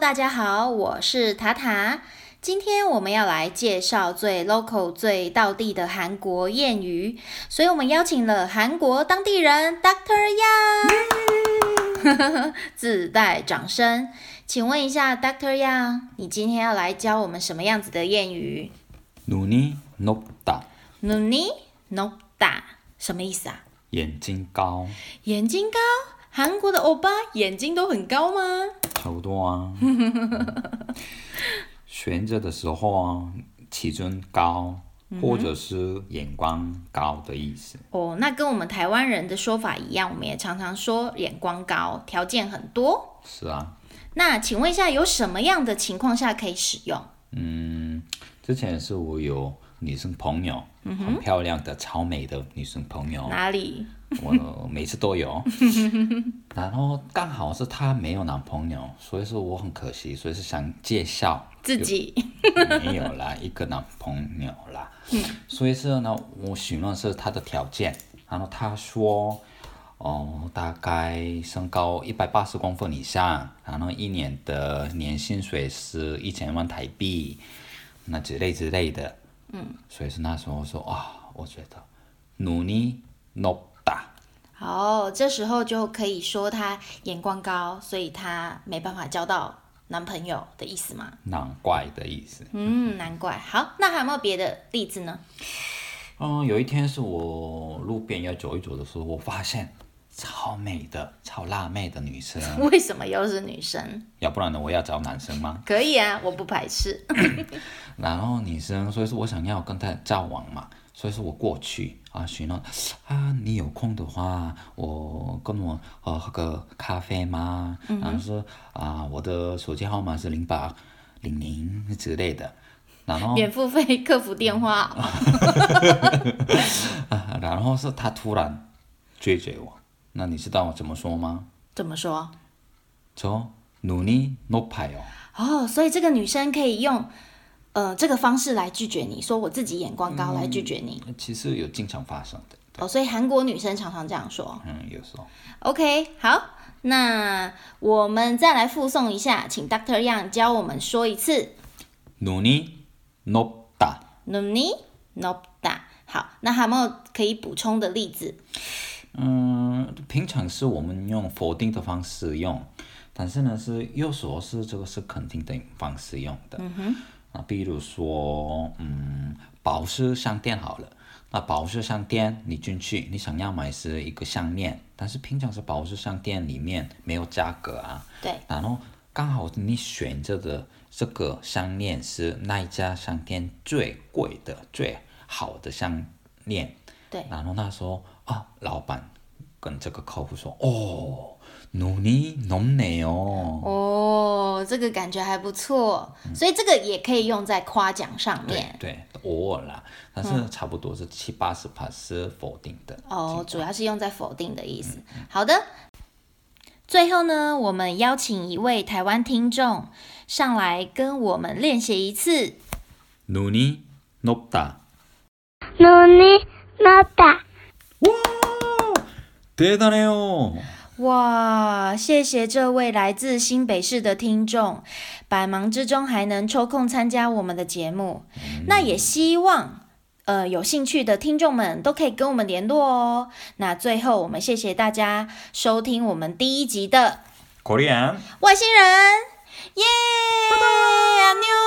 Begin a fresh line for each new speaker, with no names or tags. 大家好，我是塔塔。今天我们要来介绍最 local、最道地的韩国谚语，所以我们邀请了韩国当地人 Doctor Yang，自带掌声。请问一下，Doctor Yang，你今天要来教我们什么样子的谚语？
눈이 높다,
눈이높다什么意思啊？
眼睛高,
眼睛高？韩国的欧巴眼睛都很高吗？
差不多啊。 悬着的时候啊，起尊高，或者是眼光高的意思。
哦，那跟我们台湾人的说法一样，我们也常常说眼光高，条件很多。
是啊，
那请问一下，有什么样的情况下可以使用？
嗯，之前是我有女生朋友，很漂亮的、超美的女生 朋友，
哪里？
我每次都有。然后刚好是她没有男朋友，所以说我很可惜，所以是想介绍
自己
没有啦，一个男朋友啦。所以是呢，我询问是他的条件，然后他说，哦、大概身高一百八十公分以上，然后一年的年薪水是一千万台币，那之类之类的。嗯，所以是那时候说啊、我觉得努力努打。
哦，这时候就可以说他眼光高，所以他没办法交到男朋友的意思吗？
难怪的意思。
嗯，难怪。好，那还有没有别的例子呢？
嗯，有一天是我路边要走一走的时候，我发现超美的、超辣妹的女生，
为什么又是女生？
要不然呢，我要找男生吗？
可以啊，我不排斥。
然后女生，所以说我想要跟她交往嘛，所以说我过去啊询问啊，你有空的话，我跟我呃喝个咖啡吗？然后说啊，我的手机号码是零八零零之类的，然后
免付费客服电话。
啊，然后是她突然追追我，那你知道我怎么说吗？
怎么说？
저눈이높아요
哦，所以这个女生可以用呃这个方式来拒绝你，说我自己眼光高来拒绝你。
其实有经常发生的，
哦，所以韩国女生常常这样说。
嗯，有时候
OK，好，那我们再来附送一下，请 Doctor Yang 教我们说一次
눈이높다
눈이높다。好，那还有没有可以补充的例子？
嗯，平常是我们用否定的方式用，但是呢是有时候是这个是肯定的方式用的。嗯哼。啊，比如说，嗯，宝石商店好了，那宝石商店你进去，你想要买是一个项链，但是平常是宝石商店里面没有价格啊。
对，
然后刚好你选择的这个项链是那一家商店最贵的、最好的项链。
对
然后那时候啊，老板跟这个客户说：“哦，努力浓美哦。
哦，这个感觉还不错，所以这个也可以用在夸奖上
对
面。
对，偶尔啦，但是差不多是七八十趴是否定的。
哦，主要是用在否定的意思。好的，最后呢，我们邀请一位台湾听众上来跟我们练习一次。
努力높다，
눈이 났다.
와대단해요。
哇，谢谢这位来自新北市的听众，百忙之中还能抽空参加我们的节目，那也希望。呃，有兴趣的听众们都可以跟我们联络哦。那最后，我们谢谢大家收听我们第一集的
果然。
外星人，耶！安妞。